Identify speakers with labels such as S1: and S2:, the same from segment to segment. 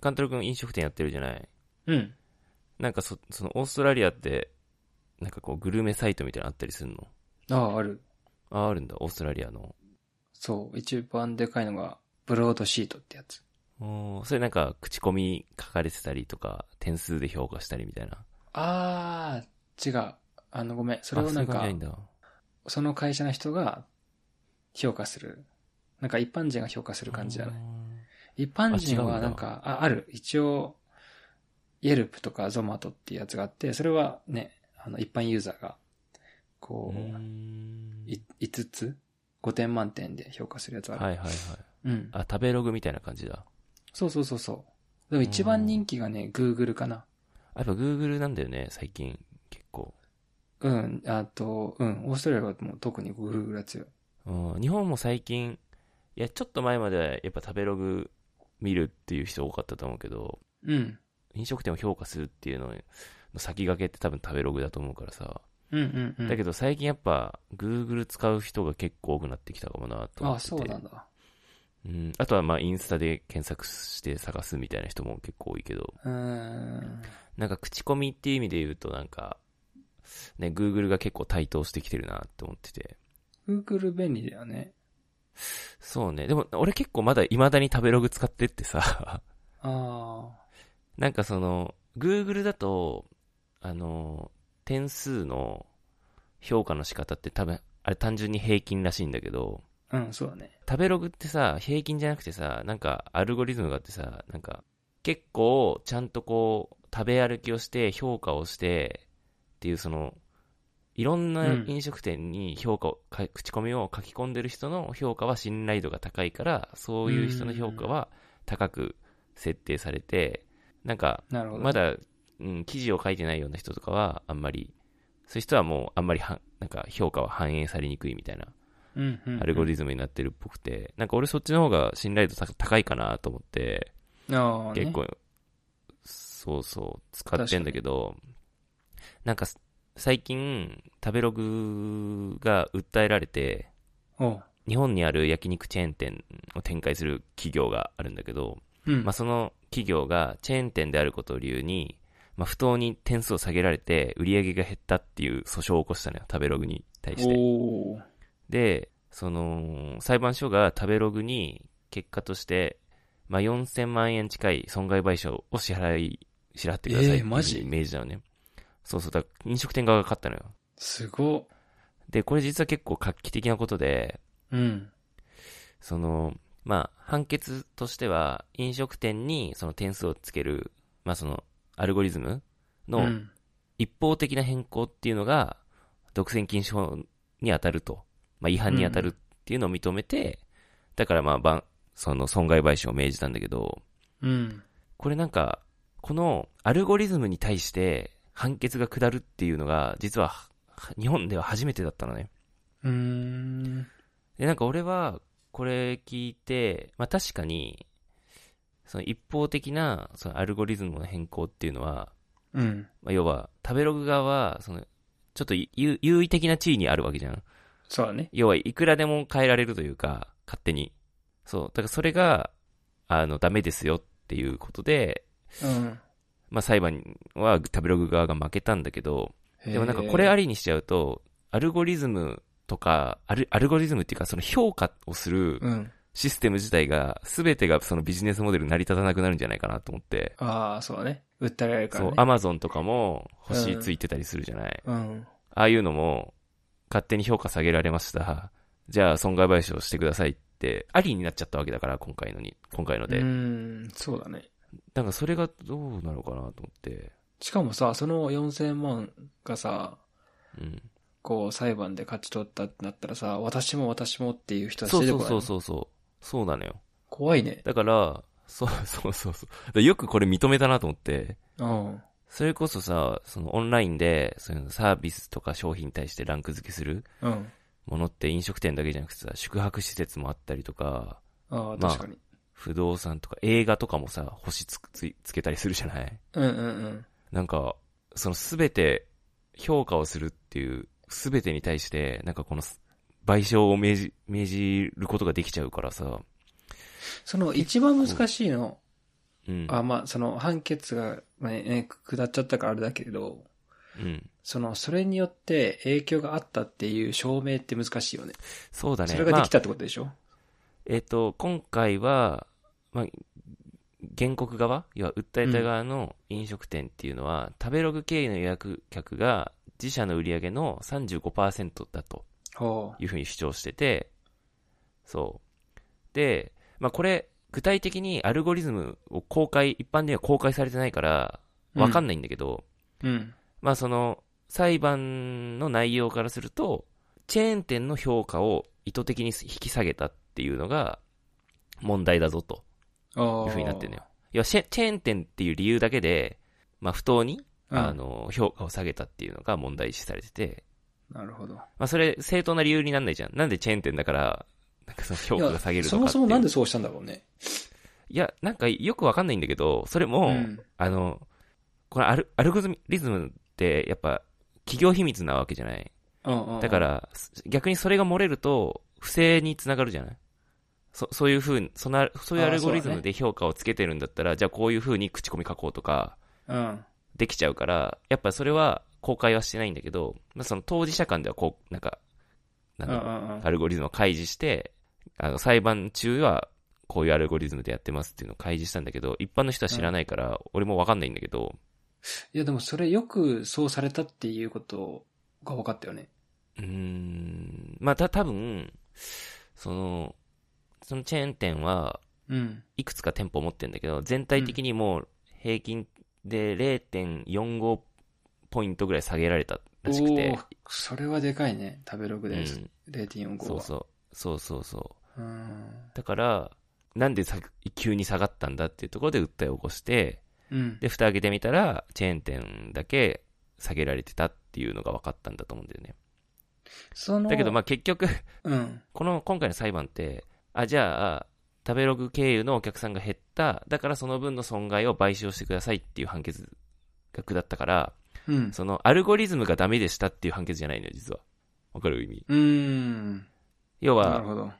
S1: カントル君飲食店やってるじゃない
S2: うん。
S1: なんかそ、そのオーストラリアって、なんかこうグルメサイトみたいなのあったりするの
S2: ああ、ある。
S1: あ、あるんだ、オーストラリアの。
S2: そう。一番でかいのが、ブロードシートってやつ。
S1: おーそれなんか口コミ書かれてたりとか、点数で評価したりみたいな。
S2: あー、違う。あの、ごめん。それ
S1: あ
S2: をなん
S1: そういう感じ
S2: か、
S1: ないんだ。
S2: その会社の人が評価する。なんか一般人が評価する感じじゃない。一般人
S1: あ違う
S2: は
S1: んだ
S2: なんか、あ、ある。一応、Yelp とか Zomato っていうやつがあって、それはね、あの、一般ユーザーが、
S1: う
S2: こ
S1: ー
S2: う、
S1: ん
S2: い5つ ?5 点満点で評価するやつある。
S1: はいはいはい。
S2: うん。
S1: あ、食べログみたいな感じだ。
S2: そうそうそうそう。でも一番人気がね、Google かな。
S1: あやっぱ Google なんだよね、最近。結構。
S2: うん、あと、うん、オーストラリアはもう特に Google が強い。
S1: うん、日本も最近、いや、ちょっと前まではやっぱ食べログ見るっていう人多かったと思うけど、
S2: うん。
S1: 飲食店を評価するっていうのの先駆けって多分食べログだと思うからさ。
S2: うんうんうん。
S1: だけど最近やっぱ Google 使う人が結構多くなってきたかもなと思っ
S2: あ
S1: てて。
S2: そうなんだ。
S1: うん。あとはまあインスタで検索して探すみたいな人も結構多いけど、
S2: うーん。
S1: なんか口コミっていう意味で言うとなんか、ね、Google が結構台頭してきてるなって思ってて。
S2: Google 便利だよね。
S1: そうね。でも俺結構まだ未だに食べログ使ってってさ、
S2: あ
S1: なんかその、Google だと、あの、点数の評価の仕方って多分、あれ単純に平均らしいんだけど、
S2: あ。うん、そうだね。
S1: 食べログってさ、平均じゃなくてさ、なんかアルゴリズムがあってさ、なんか、結構ちゃんとこう、食べ歩きをして、評価をして、っていうその、いろんな
S2: うん
S1: 飲食店に評価を、か口コミを書き込んでる人の評価は信頼度が高いから、そういう人の評価は高く設定されて、なんか、
S2: なるほど。
S1: まだ、うん、記事を書いてないような人とかは、あんまり、そういう人はもう、あんまりは、なんか、評価は反映されにくいみたいな、
S2: うんうんうん。
S1: アルゴリズムになってるっぽくて、なんか俺そっちの方が信頼度た高いかなと思って、
S2: ああ、ね
S1: 結。構、そうそう、使ってんだけど、なんか、最近、食べログが訴えられて、
S2: おう。
S1: 日本にある焼肉チェーン店を展開する企業があるんだけど、
S2: うん。
S1: まあ、その企業がチェーン店であることを理由に、まあ、不当に点数を下げられて売り上げが減ったっていう訴訟を起こしたのよ食べログに対して
S2: おー
S1: でその裁判所が食べログに結果として、まあ、4000万円近い損害賠償を支払い支払ってくださいってい
S2: えーマジ
S1: う命じなのね、そうそうだから飲食店側が勝ったのよ
S2: すごっ。
S1: でこれ実は結構画期的なことで
S2: うん。
S1: その、まあ、判決としては、飲食店にその点数をつける、まあ、その、アルゴリズム
S2: う
S1: の
S2: ん。
S1: 一方的な変更っていうのが、独占禁止法に当たると。まあ、違反に当たるっていうのを認めて、だからまあ、ばんその損害賠償を命じたんだけど、
S2: うん。
S1: これなんか、このアルゴリズムに対して判決が下るっていうのが、実はは日本では初めてだったのね。
S2: うーん。
S1: で、なんか俺は、これ聞いて、まあ確かに、その一方的な、そのアルゴリズムの変更っていうのは、
S2: うん。
S1: まあ要は、食べログ側は、その、ちょっと優優位的な地位にあるわけじゃん。
S2: そうだね。
S1: 要は、いくらでも変えられるというか、勝手に。そう。だからそれが、あの、ダメですよっていうことで、
S2: うん。
S1: まあ裁判は食べログ側が負けたんだけど、でもなんかこれ
S2: あ
S1: ありにしちゃうと、アルゴリズムとか、アルアルゴリズムっていうかその評価をする
S2: うん。
S1: システム自体が、すべてがそのビジネスモデルに成り立たなくなるんじゃないかなと思って。
S2: ああ、そうだね。訴えられるから
S1: そ
S2: ね。
S1: う、アマゾンとかも星
S2: うん
S1: ついてたりするじゃない。
S2: うん。
S1: ああいうのも、勝手に評価下げられました。じゃあ損害賠償してくださいって、ありになっちゃったわけだから、今回のに、今回の
S2: う
S1: で。
S2: ん、そうだね。
S1: なんかそれがどうなのかなと思って。
S2: しかもさ、その4000万がさ、
S1: うん。
S2: こう裁判で勝ち取ったってなったらさ、私も私もっていう人たち
S1: そう
S2: 出て
S1: そ
S2: こ
S1: う
S2: ない
S1: そうそうそう。そうなのよ。
S2: 怖いね。
S1: だから、そう そうそうそう。だからよくこれ認めたなと思って。
S2: うん。
S1: それこそさ、そのオンラインで、そういうのサービスとか商品に対してランク付けする
S2: うん。
S1: ものって飲食店だけじゃなくてさ、宿泊施設もあったりとか、
S2: ああ、
S1: まあ
S2: 確かに。
S1: 不動産とか映画とかもさ、星つくついつけたりするじゃない
S2: うんうんうん。
S1: なんか、そのすべて評価をするっていう、すべてに対して、なんかこのす賠償を命じ、命じることができちゃうからさ、
S2: その一番難しいの、
S1: うん。
S2: あ、まあ、その判決が、まあね、下っちゃったからあれだけど、
S1: うん。
S2: その、それによって影響があったっていう証明って難しいよね。
S1: そうだね。
S2: それができたってことでしょ、
S1: えっ、と、今回は、まあ、原告側、要は訴えた側の飲食店っていうのは、食べログ経由の予約客が自社の売り上げの35%だと
S2: ほ
S1: いうふうに主張してて、そう。で、まあ、これ、具体的にアルゴリズムを公開、一般では公開されてないから、
S2: う。
S1: わかん
S2: ない。
S1: ないんだけど、
S2: うん。
S1: まあ、その、裁判の内容からすると、チェーン店の評価を意図的に引き下げたっていうのが問題だぞと。
S2: ああ。
S1: いう風になってんのよ。要はシェチェーン店っていう理由だけで、まあ、不当に、
S2: うん
S1: あの、評価を下げたっていうのが問題視されてて、
S2: なるほど。
S1: まあ、それ、正当な理由になんないじゃん。なんでチェーン店だから、なんかその評価が下げるのかって
S2: そ
S1: いう
S2: もそもなんでそうしたんだろうね。
S1: いや、なんかよくわかんないんだけど、それも、
S2: うん
S1: あの、このアルアルゴリズムって、やっぱ、企業秘密なわけじゃない。
S2: うんうんうん
S1: だか、ら、逆にそれが漏れると、不正につながるじゃないそそういうふうに、その、そういうアルゴリズ
S2: あーそ
S1: ム
S2: う
S1: で評価をつけてるんだったら、じゃあこういうふうに口コミ書こうとか、
S2: うん。
S1: できちゃうから、やっぱそれは公開はしてないんだけど、まあ、その当事者間ではこう、なんか、なん
S2: う
S1: だ
S2: んう
S1: ろう、
S2: んうん
S1: アルゴリズムを開示して、あの、裁判中はこういうアルゴリズムでやってますっていうのを開示したんだけど、一般の人は知らないから、俺もわかんないんだけど、
S2: いや、でもそれよくそうされたっていうことが分かったよね。
S1: うーん、まあ、た、多分その、そのチェーン店は、
S2: うん。
S1: いくつか店舗を持ってるんだけど、全体的にもう平均で0.45ポイントぐらい下げられたらしくて
S2: おー、それはでかいね。食べログ
S1: う
S2: で、
S1: ん、
S2: 0.45は。
S1: そうそう、そうそうそう。
S2: うん。
S1: だから、なんでさ急に下がったんだっていうところで訴えを起こして、
S2: うん。
S1: で、蓋開けてみたら、チェーン店だけ下げられてたっていうのが分かったんだと思うんだよね。
S2: その、
S1: だけど、まあ結局、
S2: うん。
S1: この今回の裁判って、あ、じゃあ、食べログ経由のお客さんが減った、だからその分の損害を賠償してくださいっていう判決が下ったから、
S2: うん。
S1: そのアルゴリズムがダメでしたっていう判決じゃないのよ、実は。わかる意味。
S2: うーん。
S1: 要
S2: なる
S1: は、
S2: ほど。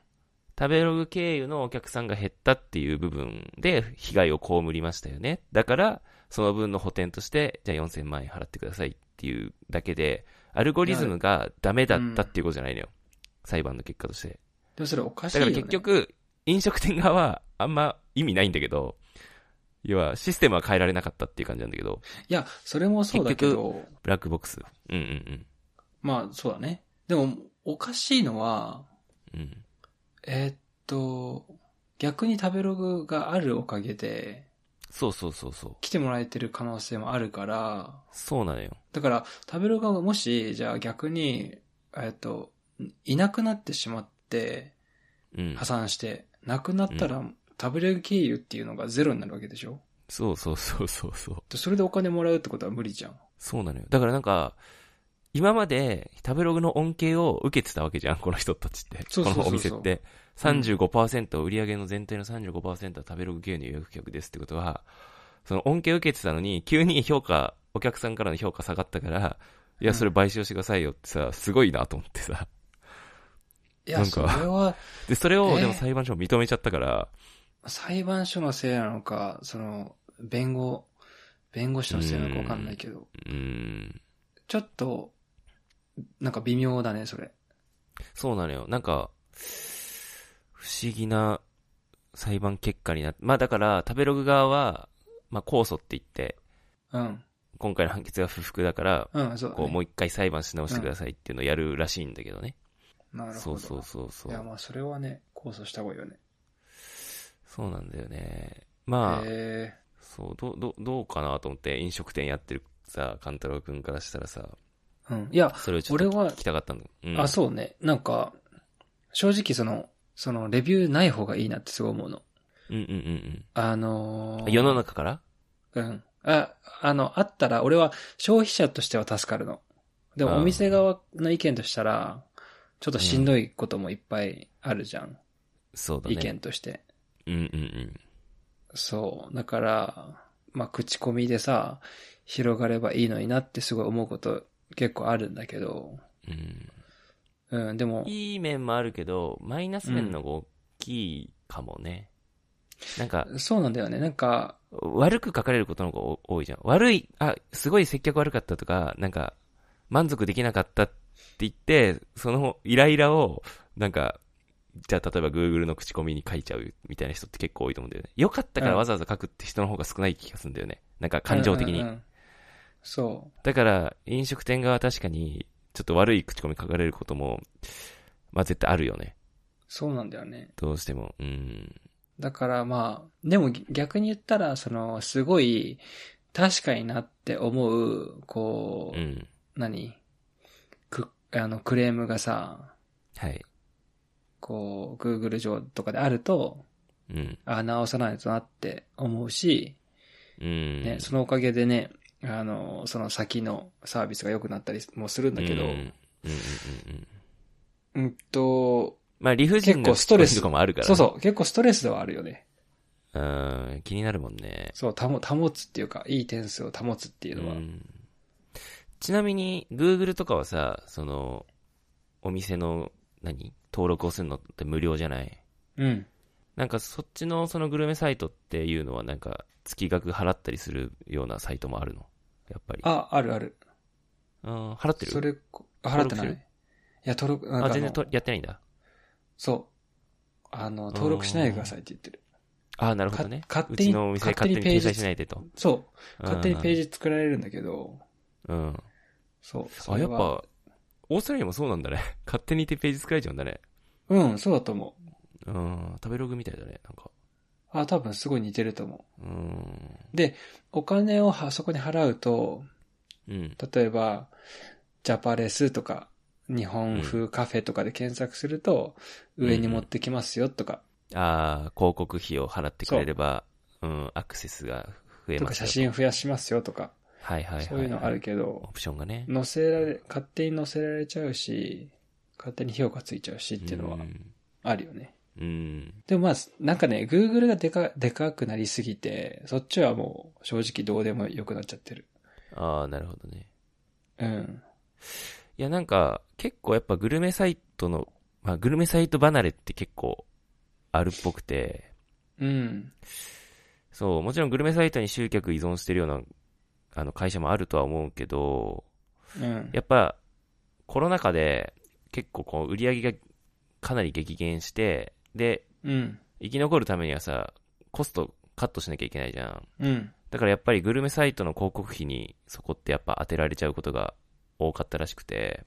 S1: 食べログ経由のお客さんが減ったっていう部分で被害を被りましたよね。だから、その分の補填として、じゃあ4000万円払ってくださいっていうだけで、アルゴリズムがダメだったっていうことじゃないのよ。裁判の結果として。
S2: でもそれおかしい
S1: だ
S2: よ
S1: か
S2: ね。
S1: ら結局、飲食店側はあんま意味ないんだけど、要はシステムは変えられなかったっていう感じなんだけど、
S2: いや、それもそうだけど、
S1: ブラックボックス。うんうん
S2: まあ、そうだね。でも、おかしいのは、
S1: うん。うん。
S2: えーっと、逆に食べログがあるおかげで、
S1: そうそうそうそう。
S2: 来てもらえてる可能性もあるから、
S1: そうなのよ。
S2: だから、食べログがもし、じゃあ逆に、えっと、いなくなってしまって、
S1: うん
S2: 破。産して、なくなったら、食べログ経由っていうのがゼロになるわけでしょ
S1: そうそうそうそうそう。
S2: でそれでお金もらうってことは無理じゃん。
S1: そうなのよ。だからなんか、今まで食べログの恩恵を受けてたわけじゃん、この人たちって。
S2: そうそうそうそう
S1: このお店って。35%、売り上げの全体の35%は食べログ経由の予約客ですってことは、その恩恵を受けてたのに、急に評価、お客さんからの評価下がったから、いや、それ賠償してくださいよってさ、すごいなと思ってさ。
S2: いや、
S1: なん
S2: そ
S1: か
S2: れは、
S1: で、それを、
S2: えー
S1: でも裁判所も認めちゃったから、
S2: 裁判所のせいなのか、その、弁護、弁護士のせいなのかわかんないけど、
S1: うーん、
S2: ちょっと、なんか微妙だね、それ。
S1: そうなのよ。なんか、不思議な裁判結果になって、まあだから、食べログ側は、まあ控訴って言って、
S2: うん。
S1: 今回の判決が不服だから、
S2: うん、そうだね、
S1: こうもう一回裁判し直してくださいっていうのをやるらしいんだけどね。
S2: なるほ
S1: そ
S2: ど。
S1: うそうそうそ
S2: いや、
S1: う。
S2: まあ、それはね、控訴した方がいいよね。
S1: そうなんだよね。まあ、
S2: え
S1: そう、どう、どう、どうかなと思って飲食店やってるさ、勘太郎くんからしたらさ、
S2: ーうん。いや、
S1: それをちょっ
S2: 俺
S1: と
S2: は
S1: 聞きたかったんだ。うん、
S2: あ、そうね。なんか、正直その、その、レビューない方がいいなってすごい思うの。
S1: う。うんうんうん
S2: あの
S1: う
S2: ー
S1: ん。世の中から
S2: うん。あ、あの、あったら、俺は消費者としては助かるの。で
S1: う
S2: も、
S1: ん
S2: お店側の意見としたら、ちょっとしんどいこともいっぱいあるじゃん。
S1: そうだね。
S2: 意見として。
S1: うんうんうん。
S2: そう。だから、まあ、口コミでさ、広がればいいのになってすごい思うこと結構あるんだけど、
S1: うん
S2: うん、でも、
S1: いい面もあるけど、マイナス面の方が大きいかもね。なんか、
S2: そうなんだよね。なんか、
S1: 悪く書かれることの方が多いじゃん。悪い、あ、すごい接客悪かったとか、なんか、満足できなかったって言って、そのイライラを、なんか、じゃあ例えば Google の口コミに書いちゃうみたいな人って結構多いと思うんだよね。良かったからわざわざ書くって人の方が少ない気がするんだよね。なんか感情的に
S2: うんう。んうんそ
S1: だから、飲食店側は確かに、ちょっと悪い口コミ書かれることも、まあ絶対あるよね。
S2: う。そうなんだよね。
S1: どうしても。うん。
S2: だからまあ、でも逆に言ったら、その、すごい、確かになって思う、こ
S1: う
S2: う、
S1: ん。
S2: 何く、あの、クレームがさ、
S1: はい。
S2: こう、Google 上とかであると、
S1: うん。
S2: あ、直さないとなって思うし、
S1: うん。
S2: ね、そのおかげでね、あの、その先のサービスが良くなったりもするんだけど、
S1: う
S2: うん
S1: うんうん
S2: ん、
S1: うんうん。
S2: と、
S1: まあ理不尽
S2: 結
S1: な
S2: 構ストレス
S1: とかもあるから、
S2: そうそう、結構ストレスではあるよね。
S1: う。うん、気になるもんね。
S2: そう、保保つっていうか、いい点数を保つっていうのは。
S1: うんちなみに、Google とかはさ、その、お店の、何登録をするのって無料じゃない
S2: うん。
S1: なんかそっちのそのグルメサイトっていうのはなんか月額払ったりするようなサイトもあるのやっぱり。
S2: あ、あるある。
S1: うん、払ってる
S2: それ、あ払ってない。い
S1: 登録
S2: や、登録、なんか
S1: あ、
S2: あ
S1: 全
S2: の
S1: 然とやってないんだ。
S2: そう。あの、登録しないでくださいって言ってる。
S1: あ、なるほどね。
S2: か勝
S1: う
S2: 手に
S1: ちのお店勝手に
S2: 勝手
S1: 掲
S2: にページ
S1: 載しないでと。
S2: そう。勝手にペー
S1: ジ。
S2: ジ作られるんだけど、
S1: うん。
S2: そう。そ
S1: あ、
S2: れ
S1: やっ
S2: は
S1: ぱ、オーストラリアもそうなんだね。 勝手にページ作られちゃうんだね。
S2: うん、そうだと思
S1: う
S2: う。
S1: ん、食べログみたいだね、なんか。
S2: あ、多分すごい似てると思う。
S1: うん。
S2: お金をはそこに払うと、
S1: うん。
S2: 例えば、ジャパレスとか、日本風カフェとかで検索すると、
S1: うん
S2: 上に持ってきますよとか、
S1: ああ、広告費を払ってくれれば、うん、アクセスが増え
S2: と
S1: ま
S2: か
S1: すよ
S2: 写真増やしますよとか、
S1: はいはいはい。
S2: そういうのある
S1: け
S2: け
S1: オ
S2: ど、
S1: プションがね。
S2: 載せられ、勝手に載せられちゃうし、勝手に評価ついちゃうしっていうのは
S1: ん
S2: あるよね。
S1: うん。
S2: でもまあ、なんかね、Google がでか、でかくなりすぎて、そっちはもう正直どうでもよくなっちゃってる。
S1: ああ、なるほどね。
S2: うん。
S1: いや、なんか、結構やっぱグルメサイトの、まあ、グルメサイト離れって結構あるっぽくて、
S2: うん。
S1: そう、もちろんグルメサイトに集客依存してるような、あの、会社もあるとは思うけど、
S2: うん。
S1: やっぱ、コロナ禍で、結構こう、売り上げがかなり激減して、で、
S2: うん。
S1: 生き残るためにはさ、コストカットしなきゃいけないじゃん。
S2: うん。
S1: だからやっぱりグルメサイトの広告費に、そこってやっぱ当てられちゃうことが多かったらしくて、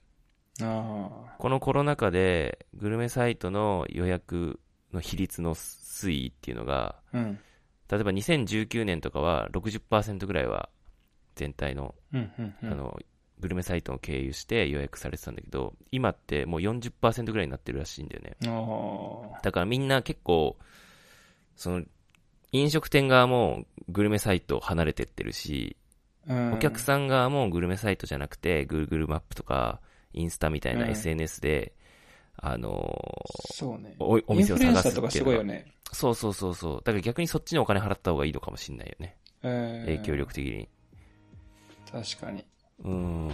S2: ああ。
S1: このコロナ禍でグルメサイトの予約の比率の推移っていうのが、
S2: うん。
S1: 例えば2019年とかは60%ぐらいは全体の,、
S2: うん。うん。うん
S1: あ、のグルメサイトを経由して予約されてたんだけど、今ってもう40%ぐらいになってるらしいんだよね。
S2: ああ。
S1: だからみんな結構、その飲食店側もグルメサイトを離れてってるし、
S2: うん。
S1: お客さん側もグルメサイトじゃなくて、Google マップとか、インスタみたいな
S2: うん
S1: SNS で、あの
S2: そうね
S1: ー。お、お
S2: イン
S1: 店
S2: フ
S1: を
S2: ルエン
S1: 探
S2: サ
S1: す
S2: ーとか
S1: ってい
S2: す
S1: うの
S2: ごい
S1: が
S2: よね。
S1: そうそうそうそう。だから逆にそっちにお金払った方がいいのかもしれないよね。
S2: 影
S1: 影響。力的に。
S2: 確かに。
S1: うん。